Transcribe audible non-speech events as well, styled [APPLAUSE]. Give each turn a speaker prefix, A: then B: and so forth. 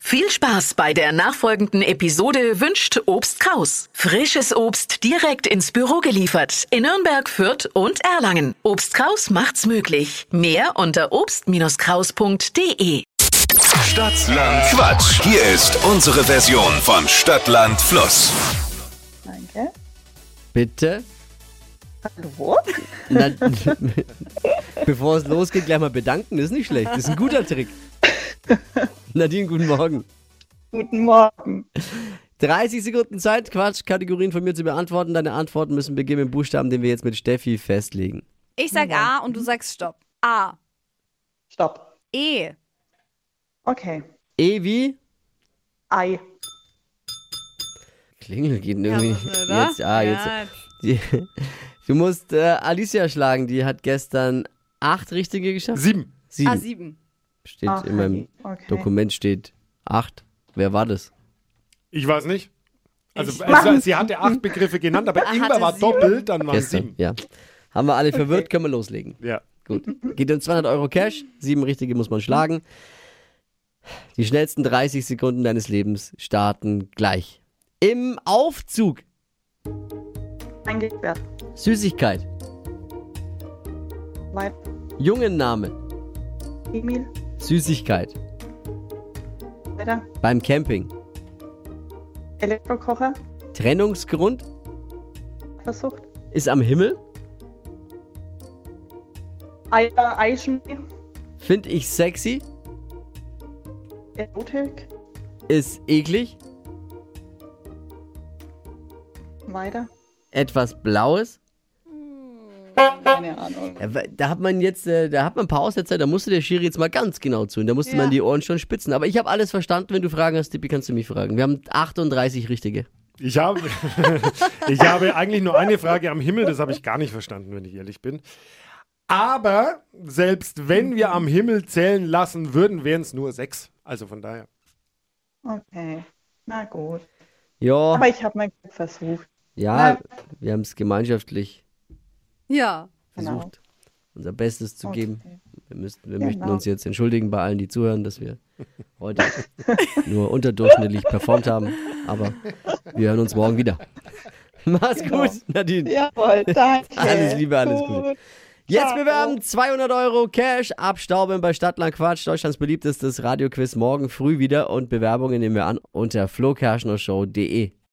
A: Viel Spaß bei der nachfolgenden Episode wünscht Obst Kraus. Frisches Obst direkt ins Büro geliefert in Nürnberg, Fürth und Erlangen. Obst Kraus macht's möglich. Mehr unter obst-kraus.de.
B: Stadtland Quatsch. Hier ist unsere Version von Stadtland Fluss.
C: Danke.
D: Bitte?
C: Hallo?
D: Na, [LAUGHS] bevor es losgeht, gleich mal bedanken. Das ist nicht schlecht. Das ist ein guter Trick. Nadine, guten Morgen.
C: Guten Morgen.
D: 30 Sekunden Zeit, Quatsch, Kategorien von mir zu beantworten. Deine Antworten müssen beginnen mit Buchstaben, den wir jetzt mit Steffi festlegen.
E: Ich sag A und du sagst Stopp. A.
C: Stopp.
E: E.
C: Okay.
D: E wie?
C: Ei.
D: Klingel geht irgendwie.
E: was, oder?
D: jetzt, ah,
E: Ja,
D: jetzt. Die, du musst äh, Alicia schlagen. Die hat gestern acht richtige geschafft.
F: Sieben.
D: Sieben.
E: A7.
D: steht
C: Ah, Ach,
D: in meinem
C: okay.
D: Dokument steht acht. Wer war das?
F: Ich weiß nicht. Also es war, sie hatte acht Begriffe genannt, aber
E: Ah,
F: Ingwer
E: hatte
F: war
E: sie?
F: doppelt, dann waren es
D: Gestern.
F: sieben.
D: Ja. Haben wir alle verwirrt, können wir loslegen.
F: Ja.
D: Gut. Geht um 200 Euro Cash. Sieben richtige muss man schlagen. Die schnellsten 30 Sekunden deines Lebens starten gleich. Im Aufzug.
C: Eingesperrt.
D: Süßigkeit.
C: Leib.
D: Jungenname.
C: Emil.
D: Süßigkeit.
C: Weiter.
D: Beim Camping.
C: Elektrokocher.
D: Trennungsgrund.
C: Versucht.
D: Ist am Himmel.
C: Ei, äh, Eischnee.
D: Find ich sexy.
C: Erotik.
D: Ist eklig.
C: Weiter.
D: Etwas Blaues.
C: Keine Ahnung.
D: Ja, weil Da hat man jetzt, äh, da hat man ein paar Aussetzer, da musste der Schiri jetzt mal ganz genau zuhören. Da musste
E: Ja.
D: man die Ohren schon spitzen. Aber ich habe alles verstanden. Wenn du Fragen hast, Tippi, kannst du mich fragen. Wir haben 38 richtige.
F: Ich habe, [LAUGHS] ich habe eigentlich nur eine Frage am Himmel, das habe ich gar nicht verstanden, wenn ich ehrlich bin. Aber selbst wenn wir am Himmel zählen lassen würden, wären es nur sechs. Also von daher.
C: Okay. Na gut.
D: Ja.
C: Aber ich habe mein Glück versucht.
D: Ja,
C: Ja.
D: wir haben es gemeinschaftlich
E: Ja.
C: Genau.
D: versucht, unser Bestes zu geben.
C: Okay.
D: Wir, müssten, wir
C: Genau.
D: möchten uns jetzt entschuldigen bei allen, die zuhören, dass wir heute [LAUGHS] nur unterdurchschnittlich performt haben. Aber wir hören uns morgen wieder. [LAUGHS] Mach's
C: Genau.
D: gut, Nadine.
C: Jawohl, danke.
D: [LAUGHS] Alles Liebe, alles Gute. Jetzt
C: Ciao.
D: bewerben 200 Euro Cash, abstauben bei Stadtland Quatsch, Deutschlands beliebtestes Radioquiz morgen früh wieder und Bewerbungen nehmen wir an unter flokerschnershow.de.